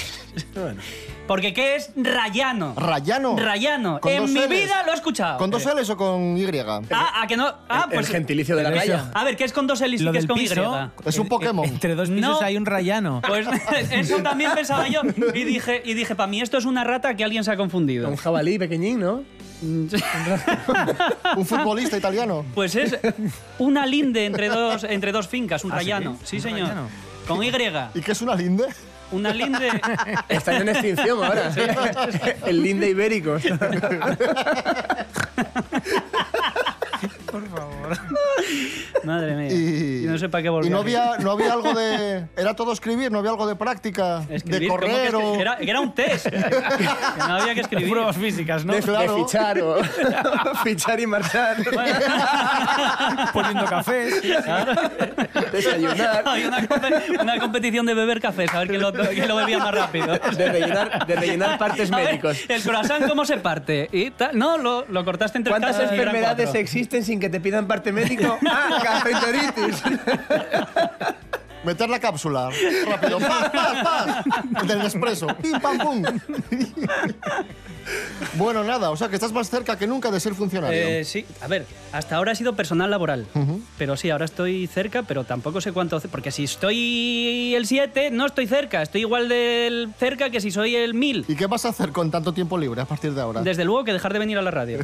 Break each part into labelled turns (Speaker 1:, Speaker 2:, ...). Speaker 1: Porque ¿qué es rayano?
Speaker 2: Rayano.
Speaker 1: Rayano.
Speaker 2: Con dos
Speaker 1: en mi
Speaker 2: Ls.
Speaker 1: vida lo he escuchado. Eh.
Speaker 2: ¿Con dos L's o con Y?
Speaker 1: Ah, ¿a que no? Ah,
Speaker 3: El-
Speaker 1: pues.
Speaker 3: el gentilicio de la
Speaker 4: Pero eso-
Speaker 3: playa.
Speaker 1: A ver, ¿qué es con dos L y
Speaker 4: Lo
Speaker 1: qué es
Speaker 4: del
Speaker 1: con Y?
Speaker 4: piso,
Speaker 2: Es un
Speaker 1: eh,
Speaker 4: en-
Speaker 2: Pokémon.
Speaker 4: Entre dos pisos
Speaker 1: No.
Speaker 4: hay un rayano.
Speaker 1: Pues eso también pensaba yo. Y dije, y dije para mí esto es una rata que alguien se ha confundido.
Speaker 3: Un jabalí pequeñín, ¿no?
Speaker 2: Un futbolista italiano.
Speaker 1: Pues es una linde entre dos, entre dos fincas, un
Speaker 4: Ah, ¿sí?
Speaker 1: rayano. Sí,
Speaker 4: Un
Speaker 1: señor.
Speaker 4: rayano.
Speaker 1: Con Y.
Speaker 2: ¿Y qué es una linde?
Speaker 1: Una linde.
Speaker 3: Están en extinción ahora. El linde ibérico.
Speaker 1: Madre mía.
Speaker 2: Y,
Speaker 1: Y no sé para qué volver.
Speaker 2: Y no había, no había algo de. Era todo escribir, no había algo de práctica, de
Speaker 1: Escribir, ¿cómo que
Speaker 2: correr
Speaker 1: escri-
Speaker 2: o.
Speaker 1: que era, que era un test. Que no había que escribir.
Speaker 4: Pruebas físicas, ¿no?
Speaker 3: De,
Speaker 2: Claro.
Speaker 3: de fichar o fichar y marchar.
Speaker 4: Poniendo cafés.
Speaker 3: Desayunar.
Speaker 1: Hay una, compe- una competición de beber café, a ver quién lo, quién lo bebía más rápido.
Speaker 3: De rellenar, de rellenar partes
Speaker 1: A ver,
Speaker 3: médicos.
Speaker 1: el croissant, ¿cómo se parte? Y tal- No, lo, lo cortaste entre
Speaker 3: ¿Cuántas
Speaker 1: casas y eran
Speaker 3: enfermedades
Speaker 1: cuatro.
Speaker 3: existen sin que te pidan parte médico? ¡Ah, cafeteritis!
Speaker 2: Meter la cápsula. Rápido. ¡Paz, paz, paz! Del expreso. ¡Pim, pam, pum! Bueno, nada, o sea que estás más cerca que nunca de ser funcionario.
Speaker 1: Eh, sí, a ver, hasta ahora he sido personal laboral, pero sí, ahora estoy cerca, pero tampoco sé cuánto, porque si estoy el 7, no estoy cerca, estoy igual de cerca que si soy el 1000.
Speaker 2: ¿Y qué vas a hacer con tanto tiempo libre a partir de ahora?
Speaker 1: Desde luego que dejar de venir a la radio.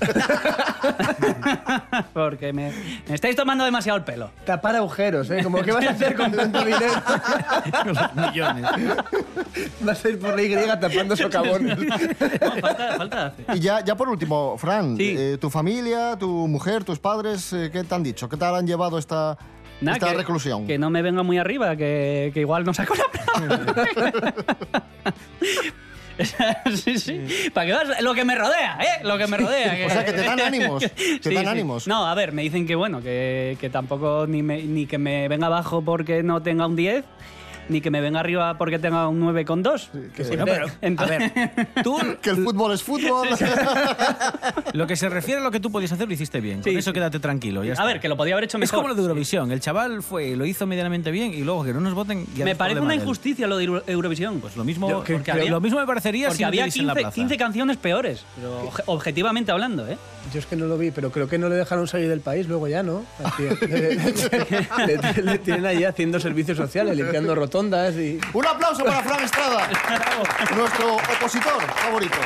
Speaker 1: Porque me, me estáis tomando demasiado el pelo.
Speaker 3: Tapar agujeros, ¿eh? Como, ¿qué vas a hacer con tanto dinero?
Speaker 4: Con los millones.
Speaker 3: Vas a ir por la Y tapando socavones.
Speaker 1: No, falta, falta hace.
Speaker 2: Y ya, ya por último, Fran,
Speaker 1: Sí.
Speaker 2: eh, tu familia, tu mujer, tus padres, eh, ¿qué te han dicho? ¿Qué te han llevado esta,
Speaker 1: Nada,
Speaker 2: esta
Speaker 1: que-
Speaker 2: reclusión?
Speaker 1: Que no me venga muy arriba, que, que igual no saco la sí, sí. Para que veas lo que me rodea, ¿eh? Lo que me rodea.
Speaker 2: O sea, que te dan ánimos, te dan ánimos.
Speaker 1: No, a ver, me dicen que bueno, que, que tampoco ni, me- ni que me venga abajo porque no tenga un 10, ni que me venga arriba porque tenga un 9,2.
Speaker 4: Bueno, pero, a
Speaker 1: Entonces-
Speaker 4: ver, tú
Speaker 2: Que el fútbol es fútbol.
Speaker 4: lo que se refiere a lo que tú podías hacer lo hiciste bien. Con
Speaker 1: Sí,
Speaker 4: eso
Speaker 1: sí.
Speaker 4: quédate tranquilo. ya
Speaker 1: A
Speaker 4: está.
Speaker 1: ver, que lo podía haber hecho
Speaker 4: Es
Speaker 1: mejor.
Speaker 4: como lo de Eurovisión. El chaval fue, lo hizo medianamente bien y luego que no nos voten. ya
Speaker 1: me
Speaker 4: es
Speaker 1: parece
Speaker 4: problema
Speaker 1: una
Speaker 4: de él.
Speaker 1: injusticia lo de Euro- Eurovisión.
Speaker 4: Pues lo mismo,
Speaker 1: Yo- que-
Speaker 4: porque
Speaker 1: que había-
Speaker 4: lo mismo me parecería si
Speaker 1: Porque
Speaker 4: no
Speaker 1: había
Speaker 4: estuviese en la
Speaker 1: 15,
Speaker 4: plaza.
Speaker 1: 15 canciones peores, pero obje- objetivamente hablando, ¿eh?
Speaker 3: Yo es que no lo vi, pero creo que no le dejaron salir del país luego ya, ¿no? Al tío. Le, le- le tienen allí haciendo servicios sociales, limpiando rotondas y...
Speaker 2: Un aplauso para Fran Estrada, nuestro opositor favorito.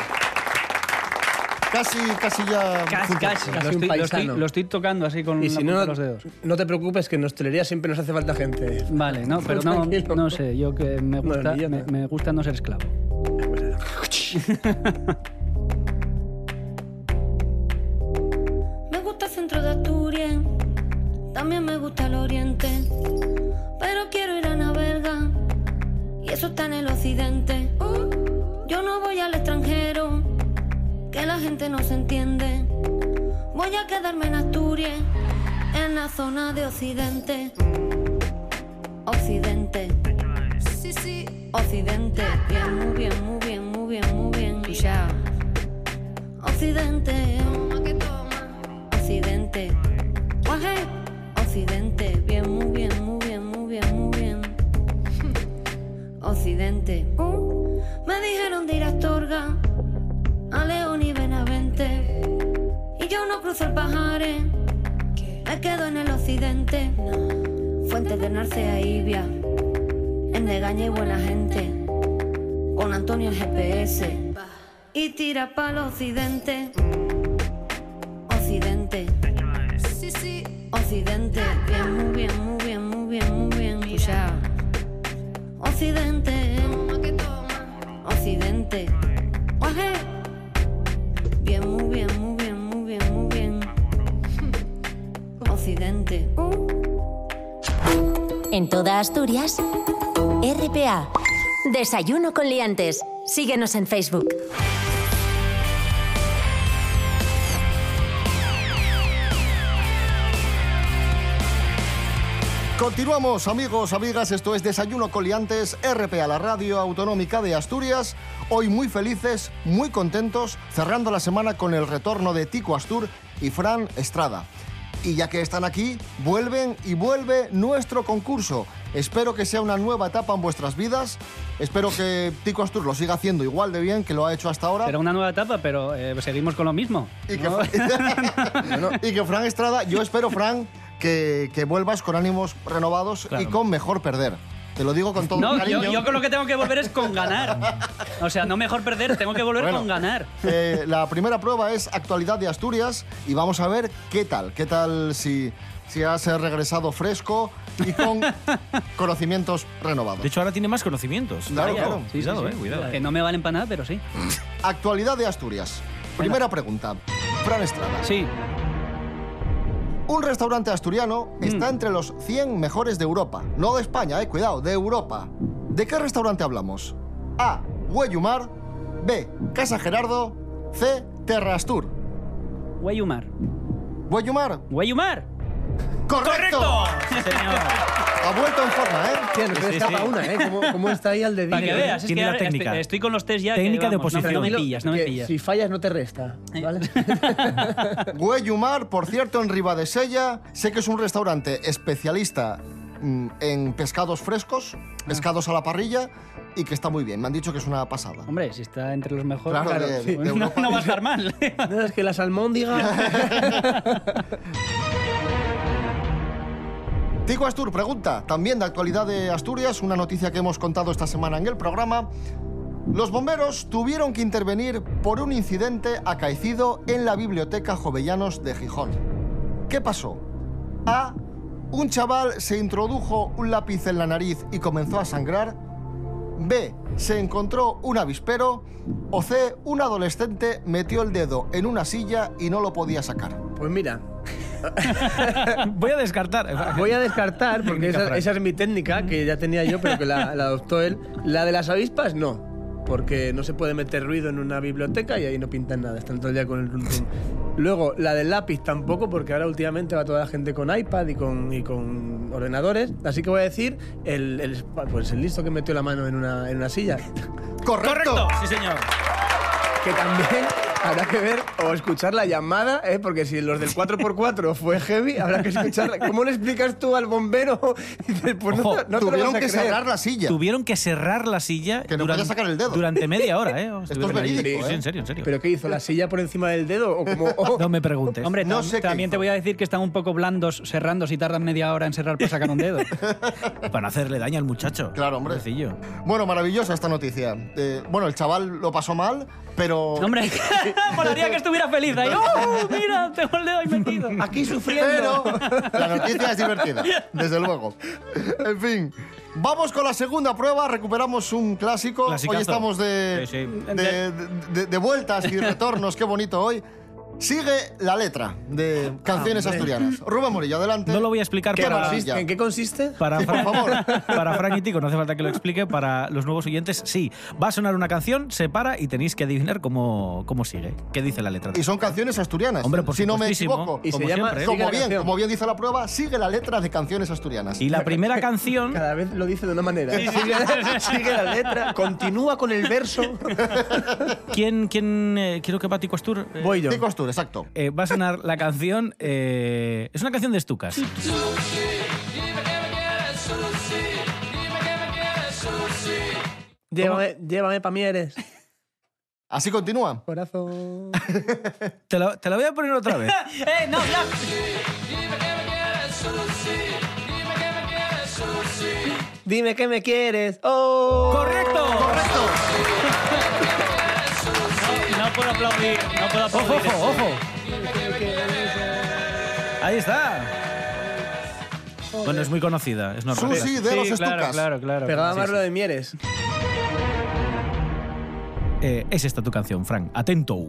Speaker 2: Casi, casi ya.
Speaker 1: Casi,
Speaker 2: funciona.
Speaker 3: Casi
Speaker 1: casi.
Speaker 3: un
Speaker 1: Lo estoy, lo,
Speaker 3: paisano.
Speaker 1: estoy, lo estoy tocando así con
Speaker 3: Y
Speaker 1: la
Speaker 3: si
Speaker 1: punta
Speaker 3: no,
Speaker 1: de los dedos.
Speaker 3: no te preocupes, que en hostelería siempre nos hace falta gente.
Speaker 1: Vale, no, pero no,
Speaker 3: Tranquilo.
Speaker 1: no sé, yo que me gusta,
Speaker 3: Maravilla,
Speaker 1: me,
Speaker 3: ¿no?
Speaker 1: me gusta no ser esclavo.
Speaker 5: Me gusta el centro de Asturias, también me gusta el oriente, pero quiero ir a Naverga y eso está en el occidente. Yo no voy al extranjero, que la gente no se entiende. Voy a quedarme en Asturias, en la zona de occidente. Occidente. Occidente. Bien, muy bien, muy bien, muy bien, muy bien. Y ya. Occidente. Occidente. Guaje. Occidente. Bien, muy bien, muy bien, muy bien, muy bien. Occidente. Uh, Me dijeron de ir a Astorga, a León y Benavente. Y yo no cruzo el pajaré, me quedo en el occidente. Fuentes de Narcea y Ibia, en Degaña y Buena Gente. Con Antonio el GPS. Y tira para el occidente. Occidente. Occidente. Bien, muy bien, muy bien, muy bien, muy bien. Escucha. Occidente. Occidente. Guaje. Bien, muy bien, muy bien, muy bien, muy bien. Occidente.
Speaker 6: En toda Asturias, RPA. Desayuno con liantes. Síguenos en Facebook.
Speaker 2: Continuamos, amigos, amigas. Esto es Desayuno Coliantes, RPA, la radio autonómica de Asturias. Hoy muy felices, muy contentos, cerrando la semana con el retorno de Tico Astur y Fran Estrada. Y ya que están aquí, vuelven y vuelve nuestro concurso. Espero que sea una nueva etapa en vuestras vidas. Espero que Tico Astur lo siga haciendo igual de bien que lo ha hecho hasta ahora.
Speaker 1: Era una nueva etapa, pero eh, seguimos con lo mismo.
Speaker 2: Y que, Fran... y que Fran Estrada, yo espero, Fran, que, que vuelvas con ánimos renovados y con mejor perder. Te lo digo con todo
Speaker 1: No,
Speaker 2: cariño.
Speaker 1: yo, yo con lo que tengo que volver es con ganar. O sea, no mejor perder, tengo que volver
Speaker 2: Bueno.
Speaker 1: con ganar.
Speaker 2: Eh, la primera prueba es actualidad de Asturias y vamos a ver qué tal, qué tal si, si has eh, regresado fresco y con conocimientos renovados.
Speaker 4: De hecho, ahora tiene más conocimientos.
Speaker 2: Claro,
Speaker 1: Vaya.
Speaker 2: claro.
Speaker 1: Sí, sí,
Speaker 4: Cuidado,
Speaker 1: sí.
Speaker 4: eh, cuidado.
Speaker 1: Que no me valen para nada, pero sí.
Speaker 2: Actualidad de Asturias. Primera pregunta. Fran Estrada.
Speaker 1: Sí,
Speaker 2: Un restaurante asturiano está entre los 100 mejores de Europa. No de España, eh, cuidado, de Europa. ¿De qué restaurante hablamos? A. Huellumar. B. Casa Gerardo. C. Terra Astur.
Speaker 1: Hueyumar.
Speaker 2: Huellumar.
Speaker 1: ¡Hueyumar!
Speaker 2: ¡Correcto!
Speaker 4: Señor.
Speaker 2: Ha vuelto en forma, ¿eh?
Speaker 3: Tío, no se le escapa una, ¿eh? ¿Cómo, cómo está ahí al dedillo?
Speaker 1: Para que
Speaker 3: ¿eh?
Speaker 1: veas, es
Speaker 4: Tiene
Speaker 1: que
Speaker 4: la
Speaker 1: ahora
Speaker 4: técnica.
Speaker 1: Estoy, estoy con los test ya.
Speaker 4: Técnica de
Speaker 1: que, vamos, no-
Speaker 4: oposición.
Speaker 1: No, me pillas, no me
Speaker 3: Que
Speaker 1: pillas.
Speaker 3: Si fallas no te resta, ¿vale?
Speaker 2: Güellumar, por cierto, en Ribadesella, sé que es un restaurante especialista mm, en pescados frescos, pescados a la parrilla y que está muy bien. Me han dicho que es una pasada.
Speaker 1: Hombre, si está entre los mejores,
Speaker 2: Claro,
Speaker 1: claro,
Speaker 2: de-
Speaker 1: sí.
Speaker 2: de
Speaker 1: no,
Speaker 2: Europa.
Speaker 1: no va a estar mal.
Speaker 3: No, es que la salmóndiga.
Speaker 2: Tico Astur pregunta, también de actualidad de Asturias, una noticia que hemos contado esta semana en el programa. Los bomberos tuvieron que intervenir por un incidente acaecido en la biblioteca Jovellanos de Gijón. ¿Qué pasó? A. Un chaval se introdujo un lápiz en la nariz y comenzó a sangrar. B. Se encontró un avispero. O C. Un adolescente metió el dedo en una silla y no lo podía sacar.
Speaker 3: Pues mira,
Speaker 4: Voy a descartar.
Speaker 3: voy a descartar, porque
Speaker 4: Técnica
Speaker 3: esa,
Speaker 4: Fran.
Speaker 3: esa es mi técnica que ya tenía yo, pero que la, la adoptó él. La de las avispas, no. Porque no se puede meter ruido en una biblioteca y ahí no pintan nada, están todo el día con el rum rum. Luego, la del lápiz tampoco, porque ahora últimamente va toda la gente con iPad y con, y con ordenadores. Así que voy a decir el, el- pues el listo que metió la mano en una, en una silla.
Speaker 1: Correcto, sí señor.
Speaker 3: que también habrá que ver o escuchar la llamada, ¿eh? porque si los del 4x4 fue heavy, habrá que escucharla. ¿Cómo le explicas tú al bombero? Dices, pues no, te- no te lo
Speaker 2: Tuvieron
Speaker 3: vas a
Speaker 2: que
Speaker 3: creer.
Speaker 2: cerrar la silla.
Speaker 4: Tuvieron que cerrar la silla
Speaker 2: Que no
Speaker 4: durante,
Speaker 2: podía sacar el dedo.
Speaker 4: durante media hora, ¿eh? Estuvieron
Speaker 2: Esto es
Speaker 4: ahí.
Speaker 2: verídico,
Speaker 4: Sí,
Speaker 2: ¿eh?
Speaker 4: en serio, en serio.
Speaker 3: ¿Pero qué hizo? ¿La silla por encima del dedo? ¿O como, o-
Speaker 4: No me preguntes.
Speaker 1: Hombre,
Speaker 2: No
Speaker 1: tam-
Speaker 2: sé qué
Speaker 1: también te
Speaker 2: hizo.
Speaker 1: voy a decir que están un poco blandos cerrando si tardan media hora en cerrar para sacar un dedo.
Speaker 4: Para hacerle daño al muchacho.
Speaker 2: Claro, hombre.
Speaker 4: Pobrecillo.
Speaker 2: Bueno, maravillosa esta noticia. Eh, bueno, el chaval lo pasó mal, pero...
Speaker 1: Hombre, molaría que estuviera feliz ahí. ¡Oh, mira! Tengo el dedo ahí metido.
Speaker 3: Aquí sufriendo.
Speaker 2: pero la noticia es divertida, desde luego. En fin, vamos con la segunda prueba. Recuperamos un clásico.
Speaker 4: Clasicazo.
Speaker 2: Hoy estamos de,
Speaker 4: Sí, sí.
Speaker 2: de- de- de vueltas y retornos. Qué bonito hoy. Sigue la letra de canciones asturianas. Rubén Morillo, adelante.
Speaker 4: No lo voy a explicar
Speaker 2: Qué
Speaker 4: para-
Speaker 2: maravilla.
Speaker 3: ¿En qué consiste?
Speaker 4: Para,
Speaker 2: Sí, por
Speaker 4: Fra-
Speaker 2: favor.
Speaker 4: para Frank y Tico, no hace falta que lo explique. Para los nuevos oyentes, sí. Va a sonar una canción, se para y tenéis que adivinar cómo, cómo sigue. ¿Qué dice la letra?
Speaker 2: Y son canciones asturianas.
Speaker 4: Hombre, por
Speaker 2: si no me
Speaker 4: supuestísimo.
Speaker 2: equivoco.
Speaker 3: Y se
Speaker 4: Como
Speaker 3: llama
Speaker 4: siempre, ¿eh?
Speaker 3: Sigue
Speaker 2: Como
Speaker 3: la
Speaker 2: bien,
Speaker 3: canción.
Speaker 2: como bien dice la prueba, sigue la letra de canciones asturianas.
Speaker 4: Y la primera canción.
Speaker 3: Cada vez lo dice de una manera. Sigue, sigue la letra, continúa con el verso.
Speaker 4: ¿Quién, quién eh, quiero que va Tico Astur? Eh,
Speaker 3: Voy yo.
Speaker 2: Tico Astur, exacto.
Speaker 4: eh, va a sonar la canción. eh, es una canción de Estucas.
Speaker 3: Llévame, llévame pa' Mieres,
Speaker 2: Así continúa.
Speaker 3: corazón.
Speaker 4: Te la, te la voy a poner otra vez.
Speaker 1: ¡Eh, no, ya!
Speaker 3: Dime que me quieres. ¡Oh!
Speaker 4: ¡Correcto!
Speaker 1: No puedo aplaudir, no puedo
Speaker 4: ¡Ojo,
Speaker 1: aplaudir.
Speaker 4: ojo, ojo! Ahí está. Bueno, es muy conocida, es normal.
Speaker 2: Susi de los
Speaker 1: Sí, claro,
Speaker 2: Estucas.
Speaker 1: claro, claro.
Speaker 3: Pegaba
Speaker 1: Sí,
Speaker 3: más
Speaker 1: sí.
Speaker 3: lo de Mieres.
Speaker 4: Eh, es esta tu canción, Frank. Atento.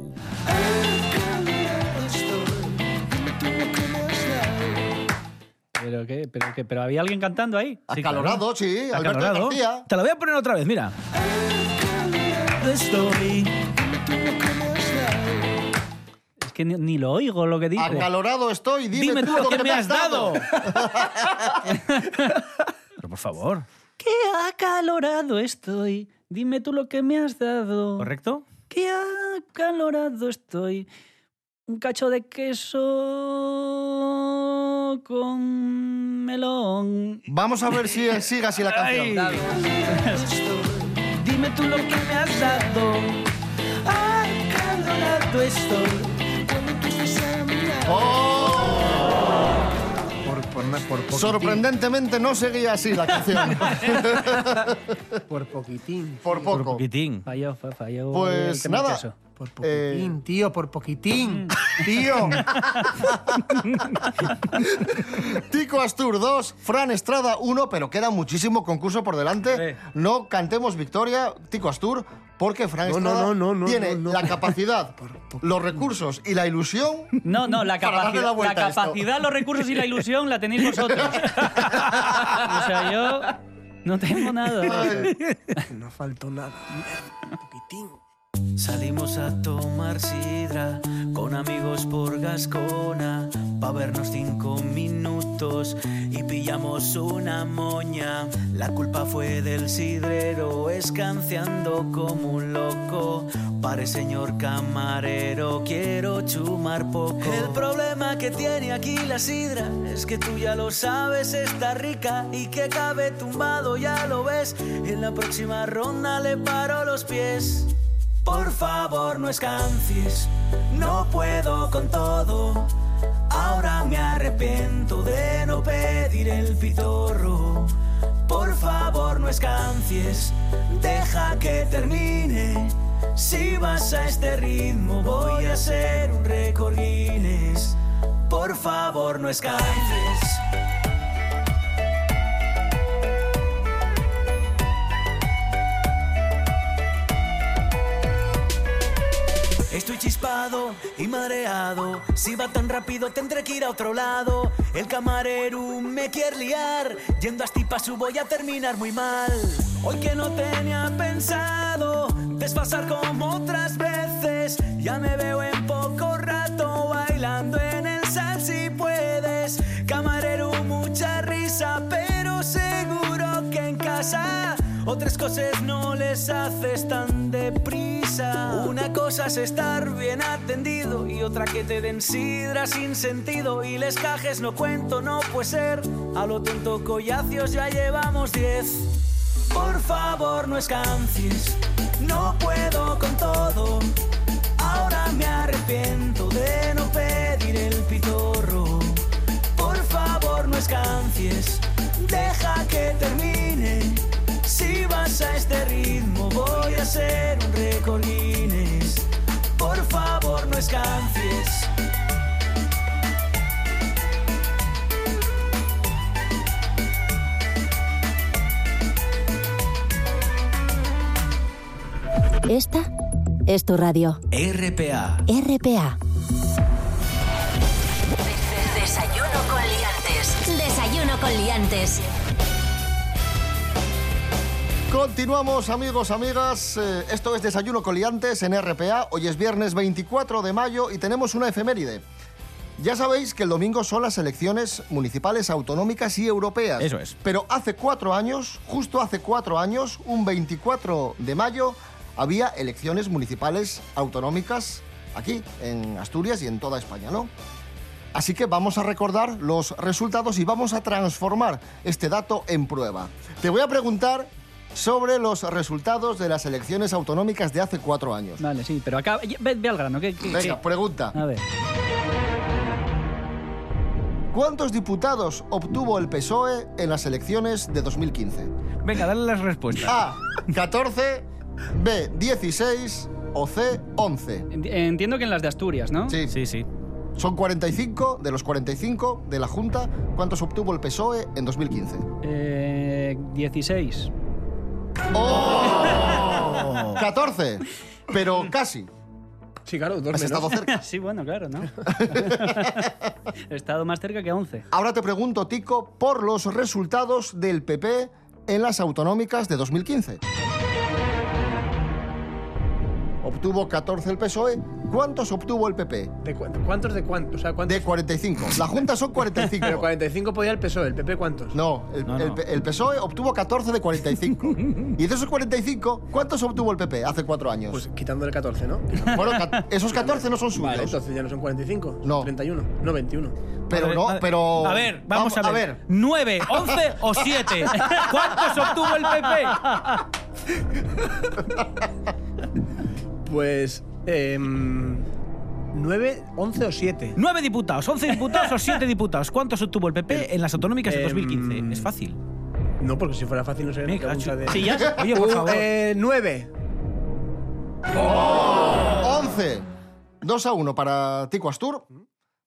Speaker 1: ¿Pero qué? ¿Pero qué? ¿Pero eh, había alguien cantando ahí?
Speaker 2: Acalorado, sí. Alberto
Speaker 4: Acalorado.
Speaker 2: García.
Speaker 4: Te la voy a poner otra vez, mira.
Speaker 1: Es que ni, ni lo oigo lo que dice.
Speaker 2: Ah, Acalorado estoy. Dime,
Speaker 4: Dime tú lo que me has dado.
Speaker 2: dado.
Speaker 4: Pero por favor,
Speaker 1: ¡Qué acalorado estoy! Dime tú lo que me has dado.
Speaker 4: ¿correcto?
Speaker 1: ¡Qué acalorado estoy! Un cacho de queso con melón.
Speaker 2: Vamos a ver si sigue así la canción.
Speaker 1: Dime tú lo que me has dado. Acalorado estoy.
Speaker 2: ¡Oh!
Speaker 3: Por, por, na- por poquitín.
Speaker 2: Sorprendentemente no seguía así la canción.
Speaker 3: Por poquitín.
Speaker 2: Por poco.
Speaker 4: Pitín.
Speaker 1: Falló, fue, falló. el
Speaker 2: Pues
Speaker 1: tema del
Speaker 2: nada.
Speaker 1: queso.
Speaker 3: Por
Speaker 2: Eh,
Speaker 3: poquitín, tío, por poquitín. tío.
Speaker 2: Tico Astur 2, Fran Estrada 1, pero queda muchísimo concurso por delante.
Speaker 1: Sí.
Speaker 2: No cantemos victoria, Tico Astur, porque Fran
Speaker 3: No, no,
Speaker 2: Estrada
Speaker 3: no, no, no,
Speaker 2: tiene
Speaker 3: no, no.
Speaker 2: la capacidad, los recursos y la ilusión.
Speaker 1: No, no, la
Speaker 2: Para darle
Speaker 1: capacidad,
Speaker 2: la
Speaker 1: la,
Speaker 2: vuelta a esto.
Speaker 1: capacidad, los recursos y la ilusión la tenéis vosotros. o sea, yo no tengo
Speaker 2: Pues,
Speaker 1: nada.
Speaker 3: No faltó nada. Poquitín.
Speaker 7: Salimos a tomar sidra con amigos por Gascona, pa' vernos cinco minutos y pillamos una moña. La culpa fue del sidrero, escanciando como un loco. Pare señor camarero, quiero chumar poco. El problema que tiene aquí la sidra es que tú ya lo sabes, está rica y que cabe tumbado, ya lo ves. En la próxima ronda le paro los pies. Por favor, no escancies, no puedo con todo. Ahora me arrepiento de no pedir el pitorro. Por favor, no escancies, deja que termine. Si vas a este ritmo, voy a ser un récord Guinness. Por favor, no escancies. Estoy chispado y mareado. Si va tan rápido tendré que ir a otro lado. El camarero me quiere liar. Yendo a su voy a terminar muy mal. Hoy que no tenía pensado desfasar como otras veces. Ya me veo en poco rato bailando en el sal si puedes. Camarero, mucha risa, pero seguro que en casa otras cosas no les haces tan deprisa. Una cosa es estar bien atendido y otra que te den sidra sin sentido y les cajes no cuento, no puede ser. A lo tonto collacios ya llevamos 10. Por favor, no escancies, no puedo con todo. Ahora me arrepiento de no pedir el pitorro. Por favor, no escancies, deja que termine. Si vas a este ritmo, voy a ser un récord Guinness. Por favor, no escancies.
Speaker 6: Esta es tu radio.
Speaker 7: RPA.
Speaker 6: RPA. Desayuno con liantes. Desayuno con liantes.
Speaker 2: Continuamos, amigos, amigas. Eh, esto es Desayuno Coliantes en RPA. Hoy es viernes 24 de mayo y tenemos una efeméride. Ya sabéis que el domingo son las elecciones municipales, autonómicas y europeas.
Speaker 4: Eso es.
Speaker 2: Pero hace cuatro años, justo hace cuatro años, un 24 de mayo, había elecciones municipales, autonómicas, aquí, en Asturias y en toda España, ¿no? Así que vamos a recordar los resultados y vamos a transformar este dato en prueba. Te voy a preguntar sobre los resultados de las elecciones autonómicas de hace cuatro años.
Speaker 1: Vale, sí, pero acá. Ve, ve al grano, ¿qué, qué-
Speaker 2: Venga,
Speaker 1: qué?
Speaker 2: pregunta.
Speaker 1: A ver.
Speaker 2: ¿Cuántos diputados obtuvo el PSOE E en las elecciones de 2015?
Speaker 4: Venga, dale las respuestas.
Speaker 2: A, 14, B, 16 o C, 11.
Speaker 1: Enti- Entiendo que en las de Asturias, ¿no?
Speaker 2: Sí,
Speaker 4: Sí, sí.
Speaker 2: son 45 de los 45 de la Junta. ¿Cuántos obtuvo el PSOE E en 2015?
Speaker 1: Eh, 16.
Speaker 2: ¡Oh! 14, pero casi.
Speaker 3: Sí, claro, dos
Speaker 2: Has
Speaker 3: menos.
Speaker 2: estado cerca.
Speaker 1: Ah, Sí, bueno, claro, ¿no? He estado más cerca que a 11.
Speaker 2: Ahora te pregunto, Tico, por los resultados del PP en las autonómicas de 2015. Obtuvo 14 el PSOE. E. ¿Cuántos obtuvo el PP?
Speaker 3: ¿De cuántos? ¿Cuántos de cuántos? O sea, ¿cuántos?
Speaker 2: De 45. La Junta son 45.
Speaker 3: Pero 45 podía el PSOE, E, el PP cuántos?
Speaker 2: No, el,
Speaker 4: No, no.
Speaker 2: el- el PSOE E obtuvo 14 de 45. y de esos 45, ¿cuántos obtuvo el PP hace cuatro años?
Speaker 3: Pues quitando el 14, ¿no?
Speaker 2: bueno, ca- esos 14 no son suyos.
Speaker 3: Vale, entonces ya no son 45, son
Speaker 2: No.
Speaker 3: 31, no 21.
Speaker 2: pero
Speaker 4: Madre-
Speaker 2: no,
Speaker 4: madre-
Speaker 2: pero.
Speaker 4: A ver, vamos, a ver.
Speaker 2: ver.
Speaker 4: ¿Nueve, once o siete? ¿Cuántos obtuvo el PP?
Speaker 3: Pues. Eh, 9, 11 o 7.
Speaker 4: ¿Nueve diputados, once diputados o siete diputados? ¿Cuántos obtuvo el PP en las autonómicas de
Speaker 3: Em,
Speaker 4: 2015? Es fácil.
Speaker 3: No, porque si fuera fácil no sería ni
Speaker 4: Venga,
Speaker 3: pregunta de.
Speaker 4: sí, ya. Oye,
Speaker 2: Uh,
Speaker 4: por favor.
Speaker 3: Eh, 9.
Speaker 2: 11. 2 a 1 para Tico Astur.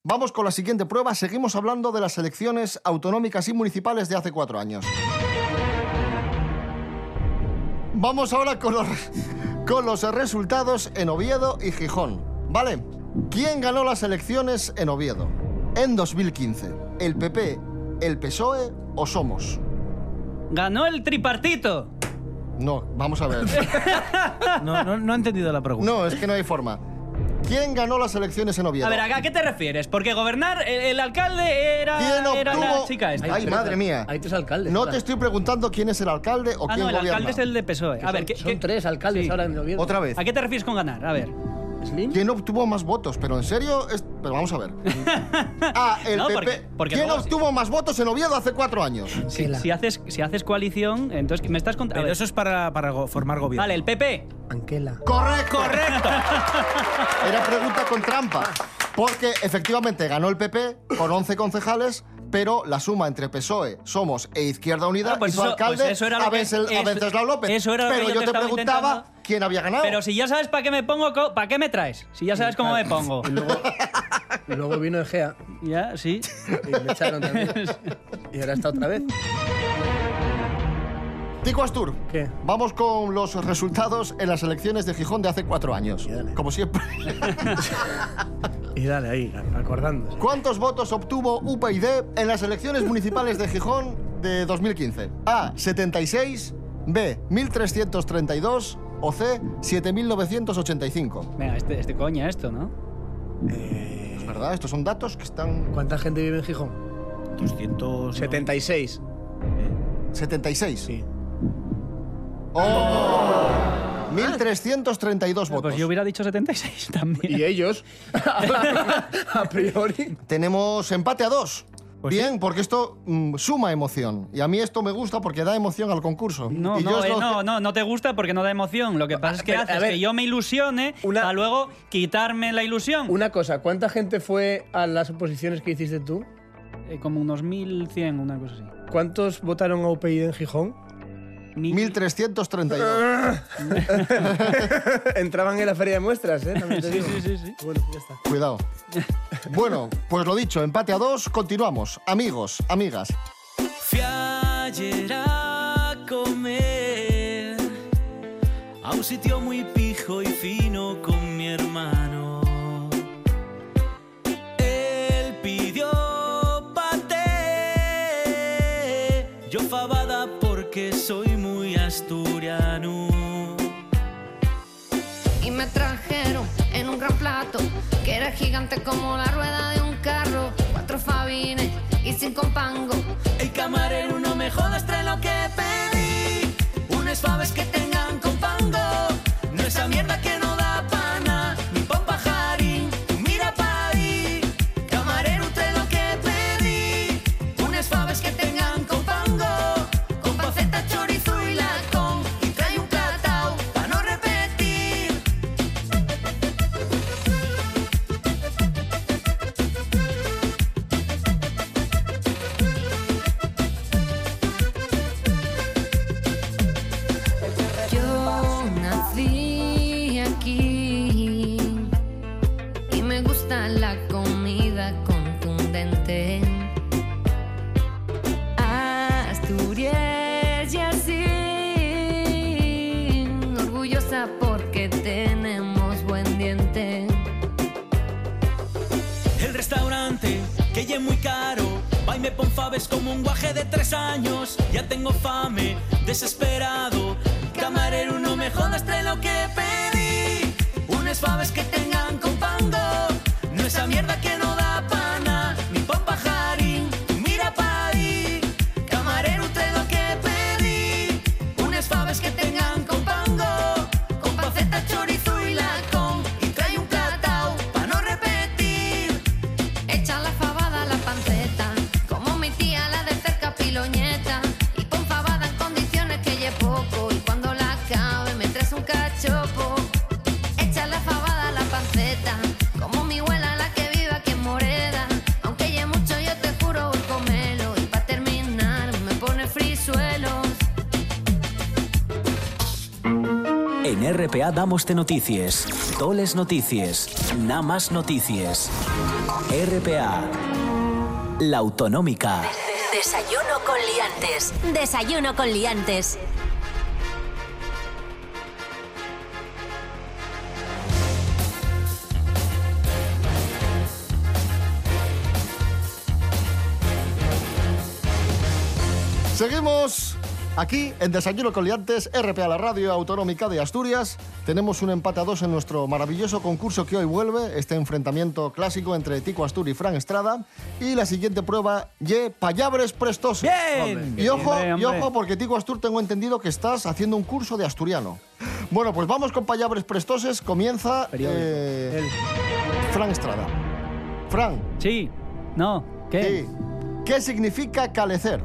Speaker 2: Vamos con la siguiente prueba. Seguimos hablando de las elecciones autonómicas y municipales de hace cuatro años. Vamos ahora con los, con los resultados en Oviedo y Gijón. ¿Vale? ¿Quién ganó las elecciones en Oviedo? En 2015. ¿El PP, el PSOE o Somos?
Speaker 1: ¡Ganó el tripartito!
Speaker 2: No, vamos a ver.
Speaker 4: No, no, no he entendido la pregunta.
Speaker 2: No, es que no hay forma. ¿Quién ganó las elecciones en Oviedo?
Speaker 1: A ver, ¿a qué te refieres? Porque gobernar, el, el alcalde era,
Speaker 2: ¿Quién
Speaker 1: era
Speaker 2: obtuvo-
Speaker 1: la chica esta.
Speaker 2: Ay, madre mía.
Speaker 8: Hay tres alcaldes.
Speaker 2: No
Speaker 8: ahora.
Speaker 2: te estoy preguntando quién es el alcalde o
Speaker 1: ah,
Speaker 2: quién
Speaker 1: no, el
Speaker 2: gobierna.
Speaker 1: alcalde es el de
Speaker 4: E.
Speaker 1: PSOE. A ver, ¿qué,
Speaker 8: Son
Speaker 1: qué-
Speaker 8: tres alcaldes
Speaker 1: Sí.
Speaker 8: ahora en Oviedo.
Speaker 2: Otra vez.
Speaker 1: ¿a qué te refieres con ganar? A ver.
Speaker 8: ¿Slim?
Speaker 2: ¿Quién obtuvo más votos? Pero en serio, es- pero vamos a ver. Ah, el
Speaker 1: No,
Speaker 2: PP.
Speaker 1: porque- porque
Speaker 2: ¿Quién
Speaker 1: luego-
Speaker 2: obtuvo más votos en Oviedo hace cuatro años?
Speaker 1: Si,
Speaker 8: Ankela.
Speaker 1: si haces, si haces coalición, entonces ¿qué me estás contando.
Speaker 4: Pero eso es para, para go- formar gobierno.
Speaker 1: Vale, el PP.
Speaker 8: Anquela.
Speaker 2: Correcto. Correcto. Era pregunta con trampa. Porque efectivamente ganó el PP con 11 concejales, pero la suma entre PSOE, Somos e Izquierda Unida
Speaker 1: Ah, pues
Speaker 2: y su
Speaker 1: eso-
Speaker 2: alcalde
Speaker 1: pues eso era lo
Speaker 2: a,
Speaker 1: que-
Speaker 2: Vencel- a
Speaker 1: eso-
Speaker 2: Venceslao López.
Speaker 1: eso era lo
Speaker 2: pero
Speaker 1: que yo
Speaker 2: yo
Speaker 1: te
Speaker 2: te
Speaker 1: estaba
Speaker 2: preguntaba
Speaker 1: intentando.
Speaker 2: quién había ganado.
Speaker 1: Pero si ya sabes para qué me pongo, co- ¿para qué me traes? Si ya sabes cómo me pongo.
Speaker 8: Y luego, y luego vino Egea
Speaker 1: Ya, sí.
Speaker 8: y me echaron también. Y ahora está otra vez.
Speaker 2: Tico Astur,
Speaker 8: ¿Qué?
Speaker 2: vamos con los resultados en las elecciones de Gijón de hace cuatro años.
Speaker 8: dale.
Speaker 2: Como siempre.
Speaker 4: Y dale ahí, acordándose.
Speaker 2: ¿Cuántos votos obtuvo UPyD en las elecciones municipales de Gijón de 2015? A, 76, B, 1332 o C, 7985.
Speaker 1: Venga, este, este coña esto, ¿no?
Speaker 2: Es verdad, estos son datos que están
Speaker 8: ¿Cuánta gente vive en Gijón?
Speaker 4: 200.
Speaker 3: 76.
Speaker 2: 76. Sí. ¡Oh! 1332 votos.
Speaker 1: Ah. Pues yo hubiera dicho 76 también.
Speaker 3: eh,
Speaker 8: Y ellos, a priori.
Speaker 2: Tenemos empate a dos.
Speaker 4: Pues
Speaker 2: Bien, porque esto mm, suma emoción. Y a mí esto me gusta porque da emoción al concurso.
Speaker 1: No,
Speaker 2: Y yo
Speaker 1: no,
Speaker 2: es
Speaker 1: eh,
Speaker 2: lo-
Speaker 1: no, no, no te gusta porque no da emoción. Lo que pasa es que
Speaker 8: pero, a
Speaker 1: haces
Speaker 8: ver,
Speaker 1: que yo me ilusione
Speaker 8: una-
Speaker 1: para luego quitarme la ilusión.
Speaker 8: Una cosa, ¿cuánta gente fue a las oposiciones que hiciste tú?
Speaker 1: Eh, como unos 1100, una cosa así.
Speaker 8: ¿Cuántos votaron a UPyD en Gijón?
Speaker 1: Mil-
Speaker 2: 1332.
Speaker 8: Entraban en la feria de muestras, ¿eh? También te
Speaker 1: Sí,
Speaker 8: digo.
Speaker 1: sí, sí, sí.
Speaker 8: Bueno, ya está.
Speaker 2: Cuidado. Bueno, pues lo dicho, empate a dos, continuamos. Amigos, amigas,
Speaker 7: Fui ayer a comer a un sitio muy pijo y fino con mi hermano. Él pidió paté, yo fabada porque soy muy asturiano.
Speaker 5: y me trajeron en un gran plato que era gigante como la rueda de un carro, cuatro fabines y cinco pangos.
Speaker 7: El camarero no me jodas, trae lo que pedí. Unas faves que tengan con pango. No esa mierda que no da pana, ni pon pajarín. Mira pa' ahí. Camarero, trae lo que pedí. Unas faves que tengan con pango. Con paceta, chorizo y lacón. Y trae un catao pa' no repetir.
Speaker 5: Yo nací aquí y me gusta la comida contundente. Asturias y así, orgullosa porque tenemos buen diente.
Speaker 7: El restaurante, que ya es muy caro. Va y me pon faves como un guaje de tres años. Ya tengo fame, desesperado. Camarero, no me jodas, trae lo que pedí. Unas faves que tengan con pango. No esa mierda que no da pana, ni pon pajarín. Mira pa' ahí. Camarero, trae lo que pedí. Unas faves que tengan con pango. Con paceta, chorizo y lacón. Y trae un platao pa' no repetir.
Speaker 5: Echa la fabada a la panceta, como mi tía la de cerca piloñeta. Y pon fabada en condiciones que lle poco, y cuando la acabe me traes un cachopo. Echa la fabada a la panceta, como mi abuela la que vive aquí en Moreda. Aunque lle mucho yo te juro voy a comelo, y pa' terminar me pone frisuelos.
Speaker 7: En RPA damoste noticias, toles noticias, nada más noticias. RPA, la autonómica.
Speaker 6: Desayuno con liantes. Desayuno con liantes.
Speaker 2: seguimos Aquí, en Desayuno con Liantes, RPA, la radio autonómica de Asturias, tenemos un empate a dos en nuestro maravilloso concurso que hoy vuelve, este enfrentamiento clásico entre Tico Astur y Fran Estrada. Y la siguiente prueba, Ye Payabres Prestosos.
Speaker 4: ¡Bien!
Speaker 2: Y ojo,
Speaker 1: Hombre,
Speaker 2: y
Speaker 1: hombre.
Speaker 2: ojo, porque Tico Astur tengo entendido que estás haciendo un curso de asturiano. Bueno, pues vamos con Payabres Prestoses. Comienza eh, Fran Estrada. Fran,
Speaker 1: Sí. No. ¿Qué?
Speaker 2: Sí. ¿Qué significa calecer?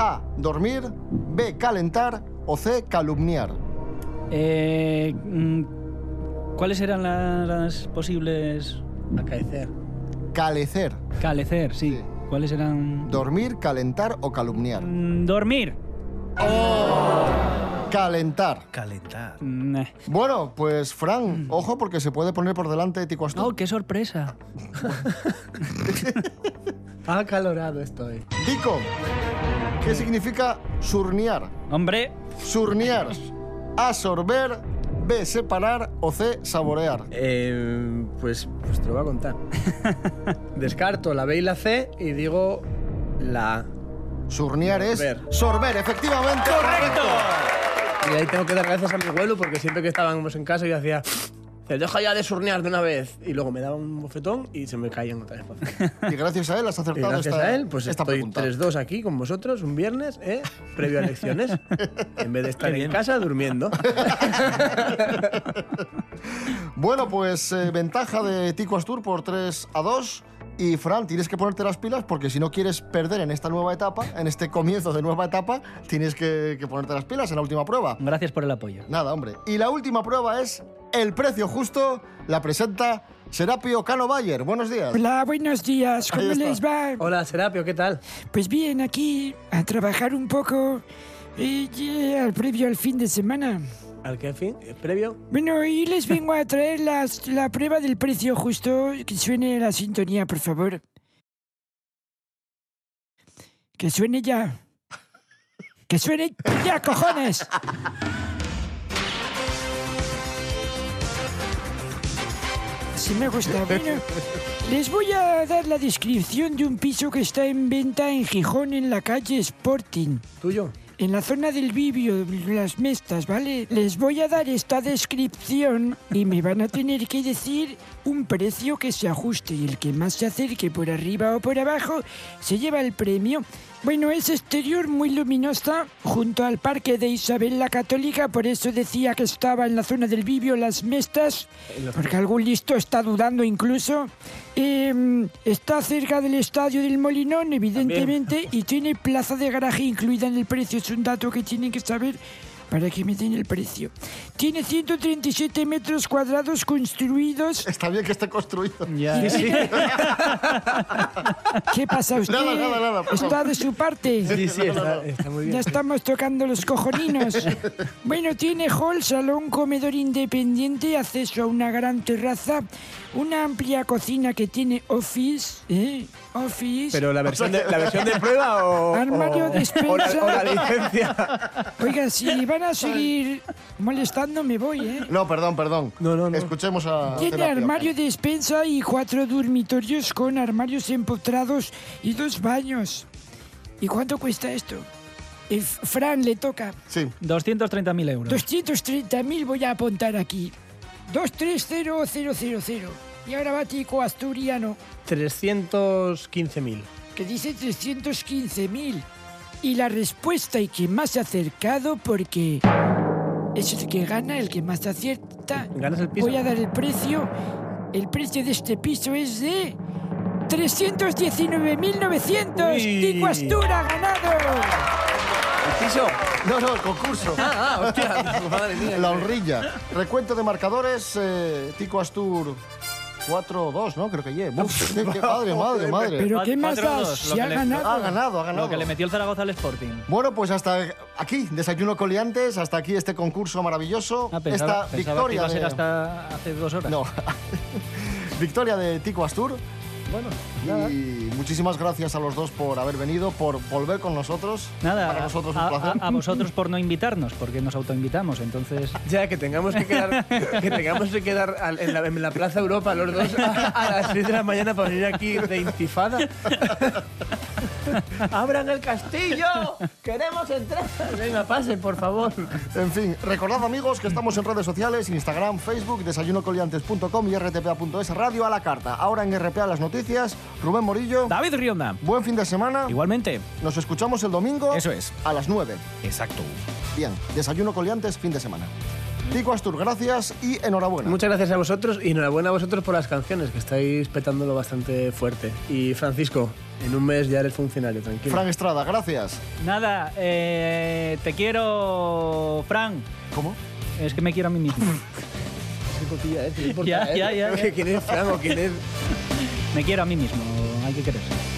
Speaker 2: A. Dormir. B. Calentar. O C. Calumniar.
Speaker 1: Eh, mm, ¿Cuáles eran la- las posibles. Acaecer.
Speaker 2: Calecer.
Speaker 1: Calecer, sí.
Speaker 2: Sí.
Speaker 1: ¿Cuáles eran.
Speaker 2: Dormir, calentar o calumniar.
Speaker 1: Mm, Dormir.
Speaker 2: Calentar.
Speaker 4: Calentar.
Speaker 1: Mm, eh.
Speaker 2: Bueno, pues Fran, ojo porque se puede poner por delante Tico Astur.
Speaker 1: Oh, qué sorpresa.
Speaker 3: Ha acalorado
Speaker 8: eh.
Speaker 3: estoy.
Speaker 2: Tico, ¿qué significa surnear?
Speaker 1: Hombre,
Speaker 2: Surnear. A. Sorber. B. Separar. O C. Saborear.
Speaker 3: Eh, pues, pues te lo voy a contar. Descarto la B y la C y digo la A.
Speaker 2: Surnear es
Speaker 3: Sorber.
Speaker 2: sorber, efectivamente. ¡Correcto!
Speaker 3: Y ahí tengo que dar gracias a mi abuelo porque siempre que estábamos en casa yo hacía... Se deja ya de surnear de una vez. Y luego me daba un bofetón y se me caían otra vez. para afuera.
Speaker 2: Y gracias a él has
Speaker 3: Y
Speaker 2: acertado
Speaker 3: gracias
Speaker 2: esta,
Speaker 3: a él, pues
Speaker 2: esta
Speaker 3: estoy
Speaker 2: pregunta.
Speaker 3: 3-2 aquí con vosotros un viernes, ¿eh? previo a elecciones, en vez de estar
Speaker 4: Qué
Speaker 3: en
Speaker 4: bien.
Speaker 3: casa durmiendo.
Speaker 2: Bueno, pues eh, ventaja de Tico Astur por 3 a 2. Y Fran, tienes que ponerte las pilas porque si no quieres perder en esta nueva etapa, en este comienzo de nueva etapa, tienes que, que ponerte las pilas en la última prueba.
Speaker 1: gracias por el apoyo.
Speaker 2: Nada, hombre. Y la última prueba es el precio justo. La presenta Serapio Cano Bayer. Buenos días.
Speaker 9: Hola, Ah, buenos días,
Speaker 2: Ahí
Speaker 9: ¿cómo
Speaker 2: está.
Speaker 9: les va?
Speaker 3: Hola, Serapio, ¿qué tal?
Speaker 9: Pues bien, aquí a trabajar un poco eh, ya, al previo al fin de semana.
Speaker 3: ¿Al qué fin? ¿Es previo?
Speaker 9: Bueno, hoy les vengo a traer las- la prueba del precio justo. Que suene la sintonía, por favor. Que suene ya. Que suene ya, cojones. Si me gusta. Bueno, les voy a dar la descripción de un piso que está en venta en Gijón, en la calle Sporting.
Speaker 3: ¿Tuyo?
Speaker 9: En la zona del Bibio, las mestas, ¿vale? Les voy a dar esta descripción y me van a tener que decir un precio que se ajuste y el que más se acerque por arriba o por abajo se lleva el premio. Bueno, es exterior muy luminosa junto al parque de Isabel la Católica, por eso decía que estaba en la zona del Bibio, las mestas, porque algún listo está dudando incluso. Eh, está cerca del estadio del Molinón, evidentemente, y tiene plaza de garaje incluida en el precio. Es un dato que tienen que saber para que me den el precio. Tiene 137 metros cuadrados construidos.
Speaker 2: Está bien que esté construido.
Speaker 9: ¿Qué pasa usted?
Speaker 2: Nada, nada, nada, por
Speaker 9: Está
Speaker 2: favor.
Speaker 9: de su parte.
Speaker 3: Sí, sí, está, está muy
Speaker 9: Ya
Speaker 3: bien.
Speaker 9: estamos tocando los cojoninos. Bueno, tiene hall, salón, comedor independiente, acceso a una gran terraza, una amplia cocina que tiene office, ¿eh? Office.
Speaker 3: Pero la versión de, la versión de prueba o.
Speaker 9: Armario,
Speaker 3: o-
Speaker 9: despensa.
Speaker 3: o la, o la licencia.
Speaker 9: Oiga, si van a seguir molestando, me voy, ¿eh?
Speaker 2: No, perdón, perdón.
Speaker 3: No, no, no.
Speaker 2: Escuchemos a.
Speaker 9: Tiene
Speaker 2: Serapio.
Speaker 9: armario, despensa y cuatro dormitorios con armarios empotrados y dos baños. ¿Y cuánto cuesta esto? Eh, Fran le toca.
Speaker 2: Sí.
Speaker 1: 230.000 euros.
Speaker 9: 230.000 voy a apuntar aquí. 230000. Y ahora va Tico Asturiano,
Speaker 3: 315.000.
Speaker 9: que dice 315.000. Y la respuesta y que más se ha acercado porque es el que gana, el que más acierta.
Speaker 3: ¿Ganas el piso?
Speaker 9: Voy a dar el precio. El precio de este piso es de 319.900.
Speaker 3: Uy.
Speaker 9: Tico Astura ha ganado.
Speaker 3: ¿El piso?
Speaker 2: No, no, el concurso.
Speaker 3: Ah, hostia, madre mía.
Speaker 2: La honrilla. Recuento de marcadores, eh, Tico Astur 4-2, ¿no? Creo que ye. Uf, qué- qué madre, madre, madre.
Speaker 9: Pero ¿qué más
Speaker 1: Cuatro,
Speaker 9: da?
Speaker 1: dos, lo
Speaker 9: Si ha
Speaker 1: que le-
Speaker 9: ganado.
Speaker 2: Ha ganado, ha ganado.
Speaker 1: Lo que le metió el Zaragoza al Sporting.
Speaker 2: Bueno, pues hasta aquí, Desayuno Coliantes, hasta aquí este concurso maravilloso,
Speaker 1: Ah,
Speaker 2: esta
Speaker 1: pensaba, pensaba que
Speaker 2: victoria
Speaker 1: iba a ser
Speaker 2: de...
Speaker 1: hasta hace dos horas.
Speaker 2: No, victoria de Tico Astur. Bueno, y muchísimas gracias a los dos por haber venido, por volver con nosotros.
Speaker 1: Nada,
Speaker 2: Para
Speaker 1: a-
Speaker 2: nosotros
Speaker 1: a,
Speaker 2: un placer.
Speaker 1: a- a vosotros por no invitarnos, porque nos autoinvitamos, entonces...
Speaker 3: Ya, que tengamos que quedar, que tengamos que quedar al- en, la, en la Plaza Europa los dos a, a las 6 de la mañana para venir aquí de intifada. ¡Abran el castillo! ¡Queremos entrar! Venga, pase, por favor.
Speaker 2: En fin, recordad amigos que estamos en redes sociales, Instagram, Facebook, desayunocoliantes.com y rtpa.es, radio a la carta. Ahora en RPA las noticias, Rubén Morillo.
Speaker 10: David Rionda.
Speaker 2: Buen fin de semana.
Speaker 10: Igualmente.
Speaker 2: Nos escuchamos el domingo.
Speaker 10: Eso es.
Speaker 2: A las 9.
Speaker 10: Exacto.
Speaker 2: Bien, desayuno coliantes, fin de semana. Tico Astur, gracias y enhorabuena.
Speaker 3: Muchas gracias a vosotros y enhorabuena a vosotros por las canciones, que estáis petándolo bastante fuerte. Y Francisco, en un mes ya eres funcionario, tranquilo.
Speaker 2: Fran Estrada, gracias.
Speaker 1: Nada, eh, te quiero, Fran.
Speaker 2: ¿Cómo?
Speaker 1: Es que me quiero a mí mismo.
Speaker 3: Qué cotilla, ¿eh? Qué
Speaker 1: Ya,
Speaker 3: importa, ¿eh?
Speaker 1: ya, ya, ya.
Speaker 3: ¿Quién es Fran o quién es...?
Speaker 1: Me quiero a mí mismo, hay que quererse.